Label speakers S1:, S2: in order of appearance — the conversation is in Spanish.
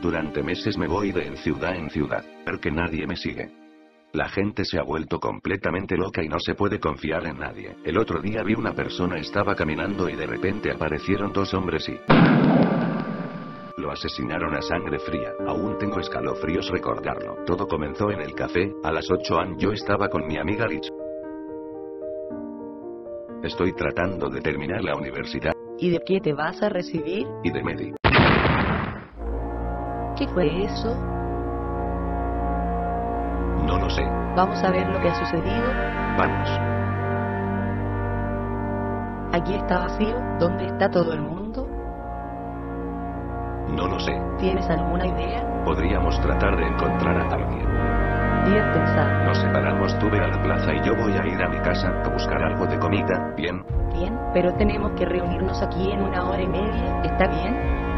S1: Durante meses me voy de en ciudad en ciudad, porque nadie me sigue. La gente se ha vuelto completamente loca y no se puede confiar en nadie. El otro día vi una persona estaba caminando y de repente aparecieron dos hombres y... Lo asesinaron a sangre fría. Aún tengo escalofríos recordarlo. Todo comenzó en el café. A las 8 am yo estaba con mi amiga Rich. Estoy tratando de terminar la universidad
S2: ¿Y de qué te vas a recibir?
S1: y de Medi.
S2: ¿Qué fue eso?
S1: No lo sé.
S2: Vamos a ver lo que ha sucedido.
S1: Vamos.
S2: Aquí está vacío. ¿Dónde está todo el mundo?
S1: No lo sé.
S2: ¿Tienes alguna idea?
S1: Podríamos tratar de encontrar a alguien.
S2: Bien pensado.
S1: Nos separamos, tú ve a la plaza y yo voy a ir a mi casa a buscar algo de comida. Bien.
S2: Bien, pero tenemos que reunirnos aquí en una hora y media. ¿Está bien?